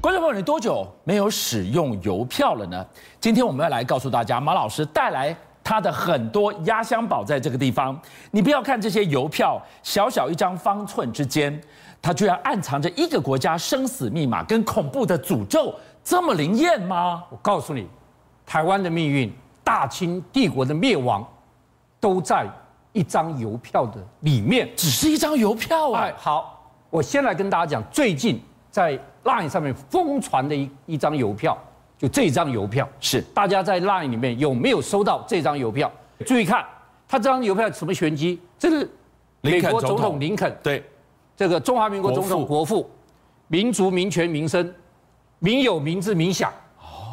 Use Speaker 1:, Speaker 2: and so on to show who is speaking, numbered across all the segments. Speaker 1: 观众朋友，你多久没有使用邮票了呢？今天我们要来告诉大家，马老师带来他的很多压箱宝在这个地方。你不要看这些邮票，小小一张方寸之间，它居然暗藏着一个国家生死密码跟恐怖的诅咒，这么灵验吗？
Speaker 2: 我告诉你，台湾的命运、大清帝国的灭亡，都在一张邮票的里面。
Speaker 1: 只是一张邮票啊
Speaker 2: 哎！，好，我先来跟大家讲，最近在 LINE 上面疯传的一一张邮票，就这张邮票，
Speaker 1: 是
Speaker 2: 大家在 LINE 里面有没有收到这张邮票？注意看，它这张邮票有什么玄机？这是美
Speaker 1: 林肯
Speaker 2: 国
Speaker 1: 总
Speaker 2: 总
Speaker 1: 统
Speaker 2: 统林肯
Speaker 1: 对，
Speaker 2: 这个中华民国总统国父，民族、民权、民生，民有、民治、民享，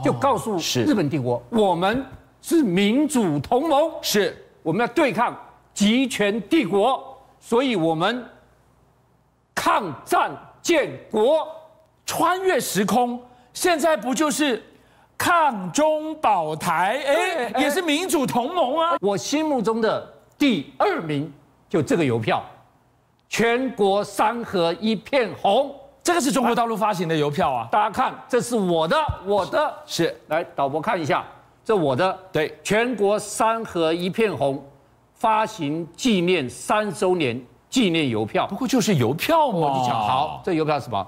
Speaker 2: 就告诉
Speaker 1: 哦是
Speaker 2: 日本帝国，我们是民主同盟，
Speaker 1: 是
Speaker 2: 我们要对抗集权帝国，所以我们抗战建国。
Speaker 1: 穿越时空，现在不就是抗中保台？哎、
Speaker 2: 哎
Speaker 1: 也是民主同盟啊！
Speaker 2: 我心目中的第二名就这个邮票，全国山河一片红。
Speaker 1: 这个是中国大陆发行的邮票啊，
Speaker 2: 大家看，这是我的，我的。
Speaker 1: 是
Speaker 2: 来，导播看一下，这我的
Speaker 1: 对
Speaker 2: 全国山河一片红，发行纪念三周年纪念邮票
Speaker 1: 不。过就是邮票嘛。
Speaker 2: 我就讲好，，这邮票是什么？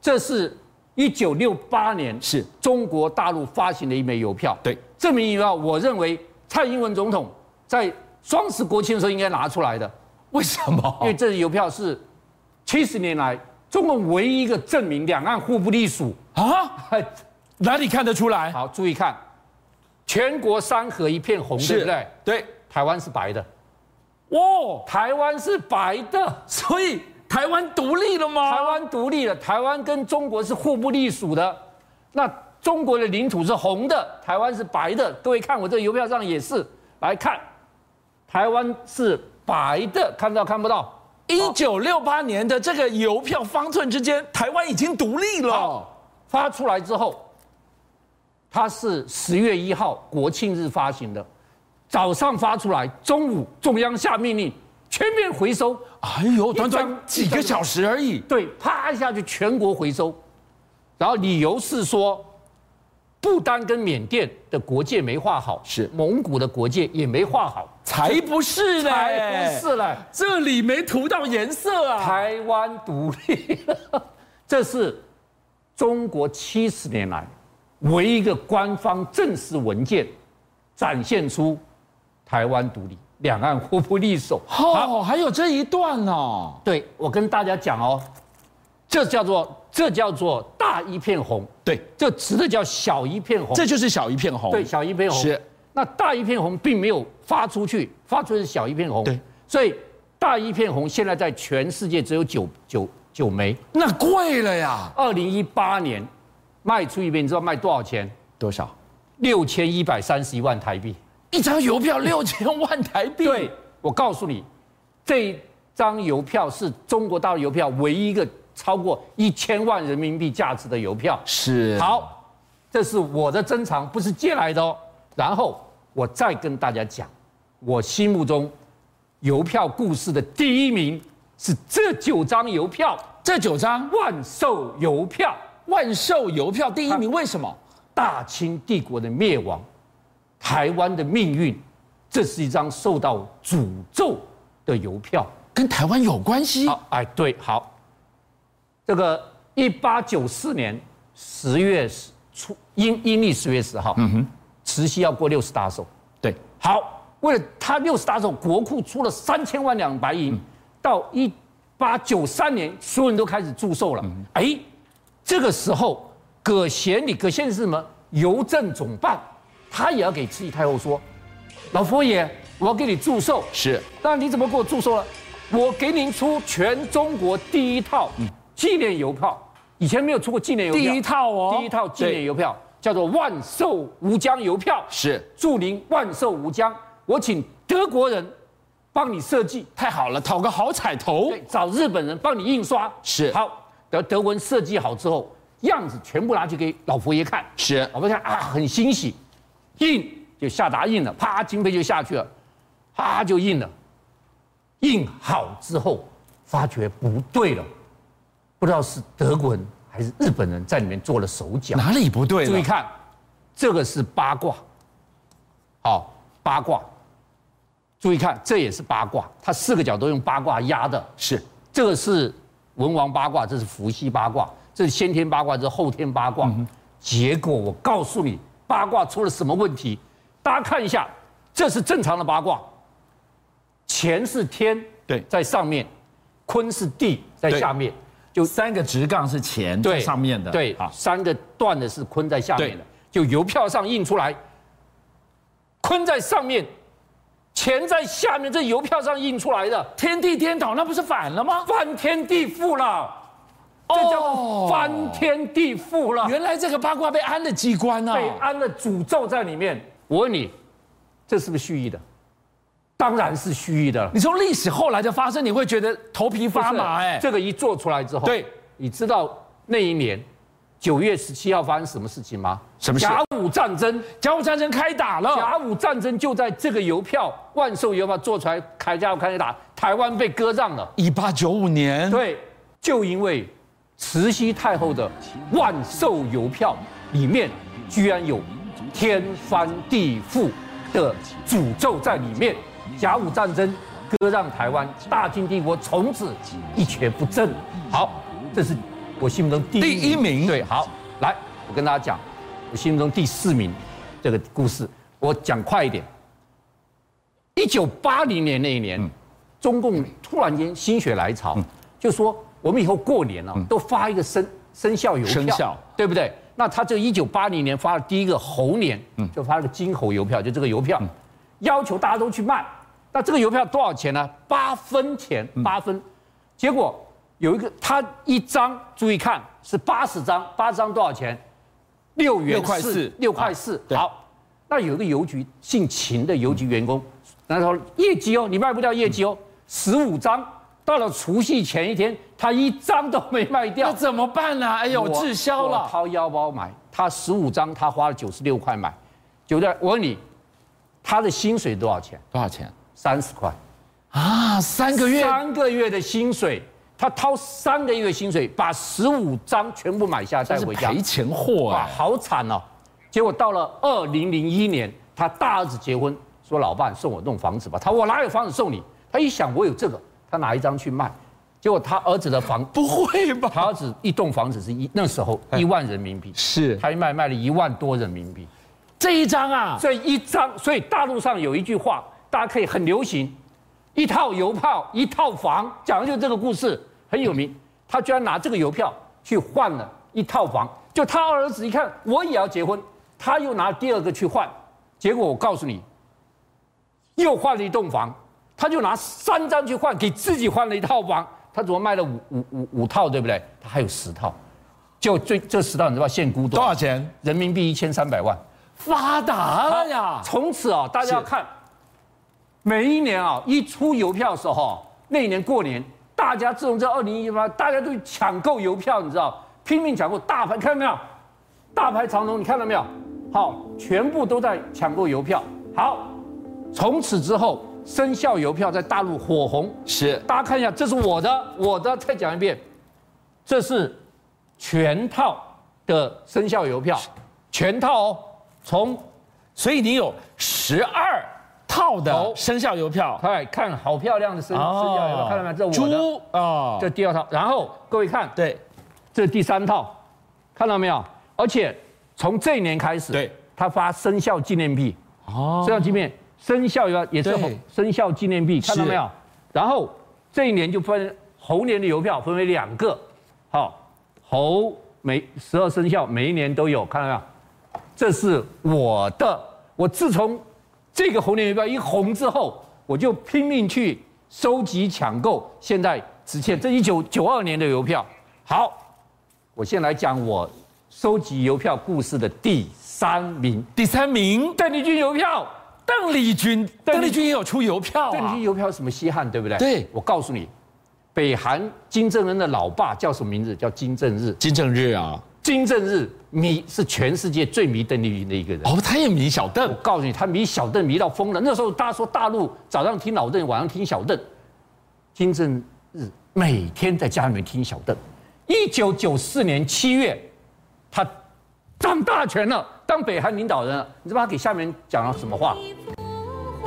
Speaker 2: 这是一九六八年
Speaker 1: 是
Speaker 2: 中国大陆发行的一枚邮票。
Speaker 1: 对，
Speaker 2: 这枚邮票，我认为蔡英文总统在双十国庆的时候应该拿出来的，
Speaker 1: 为什
Speaker 2: 因为
Speaker 1: 么？
Speaker 2: 这邮票是七十年来中共唯一一个证明两岸互不隶属。
Speaker 1: 啊，哪里看得出来？
Speaker 2: 好，注意看，全国山河一片红，对不对？
Speaker 1: 对，
Speaker 2: 台湾是白的，
Speaker 1: 哦，
Speaker 2: 台湾是白的，
Speaker 1: 所以台湾独立了
Speaker 2: 台
Speaker 1: 吗？
Speaker 2: 湾独立了，台湾跟中国是互不隶属的。那中国的领土是红的，台湾是白的。各位看我这邮票上也是，来看，台湾是白的，看到看不到？
Speaker 1: 一九六八年的这个邮票方寸之间，台湾已经独立了。
Speaker 2: 哦，发出来之后，它是十月一号国庆日发行的，早上发出来，中午中央下命令全面回收，
Speaker 1: 哎呦，短
Speaker 2: 一张
Speaker 1: 短几个小时而已。
Speaker 2: 对，啪一下就全国回收，然后理由是说，不丹跟缅甸的国界没画好，
Speaker 1: 是
Speaker 2: 蒙古的国界也没画好，
Speaker 1: 才不是呢，
Speaker 2: 才不，是嘞，
Speaker 1: 这里没涂到颜色啊。
Speaker 2: 台湾独立， 这是中国七十年来唯一一个官方正式文件，展现出台湾独立，两岸互不隶属。
Speaker 1: 哦，还有这一段哦，
Speaker 2: 对，我跟大家讲哦，这叫做这叫做大一片红，
Speaker 1: 对，
Speaker 2: 这指的叫小一片红。
Speaker 1: 这就是小一片红。
Speaker 2: 对小一片红
Speaker 1: 是
Speaker 2: 那大一片红并没有发出去，发出的是小一片红。
Speaker 1: 对，
Speaker 2: 所以大一片红现在在全世界只有九九九枚。
Speaker 1: 那贵了呀，
Speaker 2: 二零一八年卖出一枚，你知道卖多少钱？
Speaker 1: 多少？
Speaker 2: 六千一百三十一万台币。
Speaker 1: 一张邮票六千万台币。
Speaker 2: 对，我告诉你，这张邮票是中国大陆邮票唯一一个超过一千万人民币价值的邮票。
Speaker 1: 是
Speaker 2: 好，这是我的珍藏，不是借来的哦。然后我再跟大家讲，我心目中邮票故事的第一名是这九张邮票，
Speaker 1: 这九张
Speaker 2: 万寿邮票。
Speaker 1: 万寿邮票第一名，为什么？
Speaker 2: 大清帝国的灭亡，台湾的命运，这是一张受到诅咒的邮票。
Speaker 1: 跟台湾有关系？
Speaker 2: 好，哎，对，好，这个一八九四年十月十初阴阴历十月十号，嗯哼，慈禧要过六十大寿，
Speaker 1: 对，
Speaker 2: 好，为了他六十大寿，国库出了三千万两白银，到一八九三年，所有人都开始祝寿了。哎、这个时候，葛咸礼，葛咸礼是什么？邮政总办，他也要给慈禧太后说，老佛爷，我要给你祝寿。
Speaker 1: 是
Speaker 2: 那你怎么给我祝寿了？我给您出全中国第一套纪念邮票，以前没有出过纪念邮
Speaker 1: 嗯
Speaker 2: 票，
Speaker 1: 第一套哦，
Speaker 2: 第一套纪念邮票叫做万寿无疆邮票。
Speaker 1: 是
Speaker 2: 祝您万寿无疆。我请德国人帮你设计，
Speaker 1: 太好了，讨个好彩头
Speaker 2: 对，找日本人帮你印刷。
Speaker 1: 是
Speaker 2: 好，德德文设计好之后，样子全部拿去给老佛爷看。
Speaker 1: 是
Speaker 2: 老佛爷看啊，很欣喜，印就下达印了，啪，经费就下去了，啪就印了。印好之后，发觉不对了，不知道是德国人还还是日本人在里面做了手脚。
Speaker 1: 哪里不对
Speaker 2: 注意
Speaker 1: 了？
Speaker 2: 看，这个是八卦，好八卦。注意看，这也是八卦，它四个角都用八卦压的。
Speaker 1: 是
Speaker 2: 这个是文王八卦，这是伏羲八卦，这是先天八卦，这是后天八卦。结果我告诉你，八卦出了什么问题？大家看一下，这是正常的八卦，乾是天，
Speaker 1: 对
Speaker 2: 在上面，坤是地，在
Speaker 1: 对
Speaker 2: 下面。
Speaker 1: 有三个直杠是钱在
Speaker 2: 对，
Speaker 1: 上面的，
Speaker 2: 对，
Speaker 1: 好，
Speaker 2: 三个段的是坤在下面的
Speaker 1: 对，
Speaker 2: 就邮票上印出来，坤在上面，钱在下面，这邮票上印出来的，
Speaker 1: 天地颠倒，那不是反了吗？
Speaker 2: 翻天地覆了，这叫做翻天地覆了，
Speaker 1: 原来这个八卦被安了机关啊！
Speaker 2: 被安了诅咒在里面。我问你，这是不是蓄意的？当然是蓄意的了。
Speaker 1: 你从历史后来的发生，你会觉得头皮发麻哎、
Speaker 2: 这个一做出来之后，
Speaker 1: 对，
Speaker 2: 你知道那一年九月十七号发生什么事情吗？
Speaker 1: 什么事
Speaker 2: 甲午战争，
Speaker 1: 甲午战争开打了，
Speaker 2: 甲午战争就在这个邮票万寿邮票做出来，开甲午开打，台湾被割让了。
Speaker 1: 一八九五年，
Speaker 2: 对，就因为慈禧太后的万寿邮票里面居然有天翻地覆的诅咒在里面，甲午战争割让台湾，大清帝国从此一蹶不振。好，这是我心目中第一
Speaker 1: 第一名
Speaker 2: 对，好，来，我跟大家讲，我心目中第四名这个故事，我讲快一点。一九八零年那一年，
Speaker 1: 嗯
Speaker 2: 中共突然间心血来潮，就说我们以后过年啊，都发一个生生肖邮票，
Speaker 1: 嗯生肖
Speaker 2: 对不对？那他就一九八零年发了第一个猴年，
Speaker 1: 嗯
Speaker 2: 就发了个金猴邮票，就这个邮票，要求大家都去卖。那这个邮票多少钱呢？八分钱，
Speaker 1: 嗯
Speaker 2: 八分。结果有一个，他一张，注意看是八十张，八十张多少钱？六元
Speaker 1: 六块四啊
Speaker 2: 六块四。
Speaker 1: 对
Speaker 2: 好，那有一个邮局姓秦的邮局员工，然后业绩哦，你卖不掉业绩哦，十五张，到了除夕前一天，他一张都没卖
Speaker 1: 那
Speaker 2: 掉，
Speaker 1: 怎么办呢、哎呦，
Speaker 2: 我
Speaker 1: 滞销
Speaker 2: 我
Speaker 1: 了，
Speaker 2: 掏腰包买，他十五张，他花了九十六块买，九十六，我问你，他的薪水多少钱？
Speaker 1: 多少钱
Speaker 2: 三十块。
Speaker 1: 啊？三个月，
Speaker 2: 三个月的薪水，他掏三个月薪水把十五张全部买下带
Speaker 1: 这是
Speaker 2: 回家
Speaker 1: 赔，钱货
Speaker 2: 哇，
Speaker 1: 哎、
Speaker 2: 好惨哦！结果到了二零零一年，他大儿子结婚，说老伴送我栋房子吧。他说我哪有房子送你？他一想我有这个，他拿一张去卖，结果他儿子的房，
Speaker 1: 不会吧？哎
Speaker 2: 他儿子一栋房子是一那时候一万人民币，
Speaker 1: 是
Speaker 2: 他一卖卖了一万多人民币。
Speaker 1: 这一张啊，
Speaker 2: 这一张，所以大陆上有一句话，大家可以很流行，一套邮票一套房，讲的就是这个故事，很有名。他居然拿这个邮票去换了一套房，就他儿子一看我也要结婚，他又拿第二个去换，结果我告诉你，又换了一栋房，他就拿三张去换，给自己换了一套房，他怎么卖了五五五五套，对不对？他还有十套，就最这十套你知道现估多
Speaker 1: 多
Speaker 2: 少
Speaker 1: 少？钱？
Speaker 2: 人民币一千三百万。
Speaker 1: 发达了呀！
Speaker 2: 从此啊，大家要看，每一年啊，一出邮票的时候啊，那一年过年，大家自从在二零一八，大家都抢购邮票，你知道，拼命抢购大牌，看到没有？大牌长龙，你看到没有？好，全部都在抢购邮票。好，从此之后，生肖邮票在大陆火红，
Speaker 1: 是
Speaker 2: 大家看一下，这是我的，我的，再讲一遍，这是全套的生肖邮票，全套哦，从
Speaker 1: 所以你有十二套的
Speaker 2: 好
Speaker 1: 生肖邮票，
Speaker 2: 哎，看好漂亮的生生肖邮票，看到没有？这我的，
Speaker 1: 哦猪啊，
Speaker 2: 这第二套。然后各位看，
Speaker 1: 对
Speaker 2: 这第三套，看到没有？而且从这一年开始，
Speaker 1: 对，
Speaker 2: 他发生肖纪念币，
Speaker 1: 哦
Speaker 2: 生，肖纪念生肖邮票也是
Speaker 1: 对
Speaker 2: 猴生肖纪念币，看到
Speaker 1: 是
Speaker 2: 没有？然后这一年就分猴年的邮票分为两个，好，猴每十二生肖每一年都有，看到没有？这是我的，我自从这个猴年邮票一红之后，我就拼命去收集抢购，现在只
Speaker 1: 嗯
Speaker 2: 欠这一九九二年的邮票。好，我先来讲我收集邮票故事的第三名，
Speaker 1: 第三名
Speaker 2: 邓丽君邮票。
Speaker 1: 邓丽君，
Speaker 2: 邓丽
Speaker 1: 邓丽君也有出邮票
Speaker 2: 邓丽
Speaker 1: 啊
Speaker 2: 君，邮票什么稀罕，对不对？
Speaker 1: 对
Speaker 2: 我告诉你，北韩金正恩的老爸叫什么名字？叫金正日。
Speaker 1: 金正日啊，
Speaker 2: 金正日迷是全世界最迷邓丽君的一个人。
Speaker 1: 哦，他也迷小邓
Speaker 2: 我，告诉你，他迷小邓迷到疯了。那时候大家说大陆早上听老邓，晚上听小邓，金正日每天在家里面听小邓，一九九四年七月，他掌大权了，当北韩领导人了。你知道他给下面讲了什么话？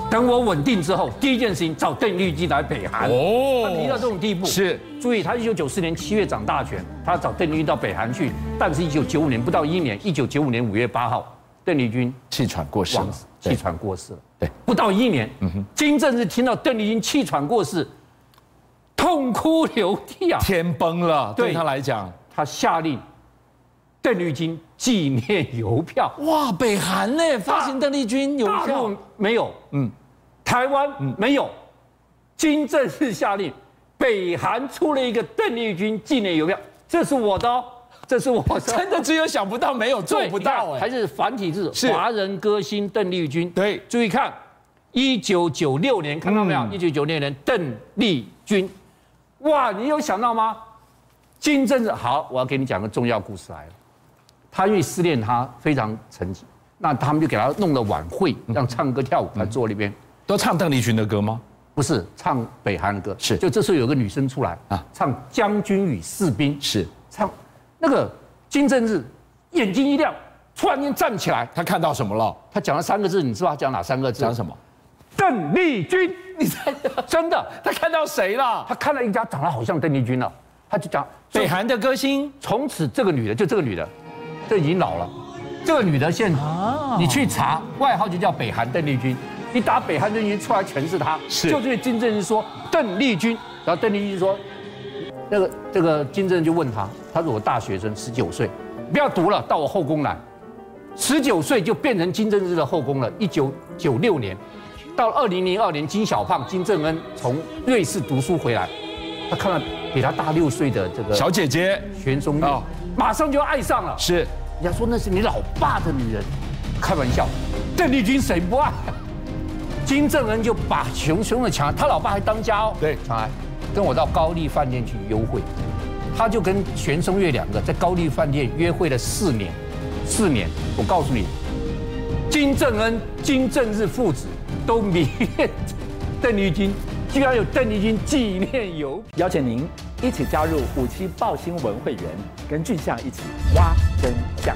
Speaker 2: 等我稳定之后，第一件事情找邓丽君来北韩。
Speaker 1: 哦
Speaker 2: 他离到这种地步
Speaker 1: 是，
Speaker 2: 注意，他一九九四年七月掌大权，他找邓丽君到北韩去，但是，一九九五年不到一年，一九九五年五月八号，邓丽君
Speaker 1: 气喘过世了
Speaker 2: 往，气
Speaker 1: 对
Speaker 2: 喘过世了。
Speaker 1: 对，嗯
Speaker 2: 不到一年，金正日听到邓丽君气喘过世，痛哭流涕啊！
Speaker 1: 天崩了，对
Speaker 2: 对
Speaker 1: 他来讲，
Speaker 2: 他下令邓丽君纪念邮票，
Speaker 1: 哇，北韩呢发行邓丽君邮
Speaker 2: 大
Speaker 1: 票
Speaker 2: 陆，没有，
Speaker 1: 嗯
Speaker 2: 嗯，台湾没有，金正日下令，北韩出了一个邓丽君纪念邮票，这是我的、哦，这是我 的哦。
Speaker 1: 真的只有想不到，没有做
Speaker 2: 对
Speaker 1: 不
Speaker 2: 你看
Speaker 1: 到哎
Speaker 2: 还。是繁体字，
Speaker 1: 是
Speaker 2: 华人歌星邓丽君。
Speaker 1: 对
Speaker 2: 注意看，一九九六年，看到没有？
Speaker 1: 嗯
Speaker 2: 一九九六年，邓丽君，哇，你有想到吗？金正日，好，我要给你讲个重要故事来了。他因为失恋，他非常沉寂，那他们就给他弄了晚会，
Speaker 1: 嗯
Speaker 2: 让唱歌跳舞，他坐里边。
Speaker 1: 都唱邓丽君的歌吗？
Speaker 2: 不是唱北韩的歌，
Speaker 1: 是
Speaker 2: 就这时候有个女生出来
Speaker 1: 啊
Speaker 2: 啊，唱《将军与士兵》，
Speaker 1: 是
Speaker 2: 唱那个金正日眼睛一亮，突然间站起来，
Speaker 1: 他看到什么了？
Speaker 2: 他讲了三个字，你知道他讲哪三个字？
Speaker 1: 讲什么？
Speaker 2: 邓丽君，
Speaker 1: 你在
Speaker 2: 真的，
Speaker 1: 他看到谁了？
Speaker 2: 他看到一家长得好像邓丽君了，他就讲
Speaker 1: 北韩的歌星
Speaker 2: 从此这个女的就这个女的，这已经老了，这个女的现你去查，外号就叫北韩邓丽君。你打北韩邓丽君出来全是她，
Speaker 1: 是
Speaker 2: 就是因为金正日说邓丽君，然后邓丽君说，那个这个金正日就问他，他说我大学生十九岁，不要读了，到我后宫来。十九岁就变成金正日的后宫了，一九九六年，到二零零二年，金小胖金正恩从瑞士读书回来，他看到比他大六岁的这个
Speaker 1: 小姐姐
Speaker 2: 玄宗
Speaker 1: 哦
Speaker 2: 哦，马上就爱上了。
Speaker 1: 是
Speaker 2: 人家说那是你老爸的女人，开玩笑，邓丽君谁不爱？金正恩就把熊熊的抢，他老爸还当家哦。
Speaker 1: 对
Speaker 2: 抢来跟我到高丽饭店去幽会，他就跟玄松月两个在高丽饭店约会了四年，四年，我告诉你，金正恩、金正日父子都迷恋邓丽君，居然有邓丽君纪念邮
Speaker 3: 邀请您一起加入虎七报新闻会员，跟俊相一起挖真相。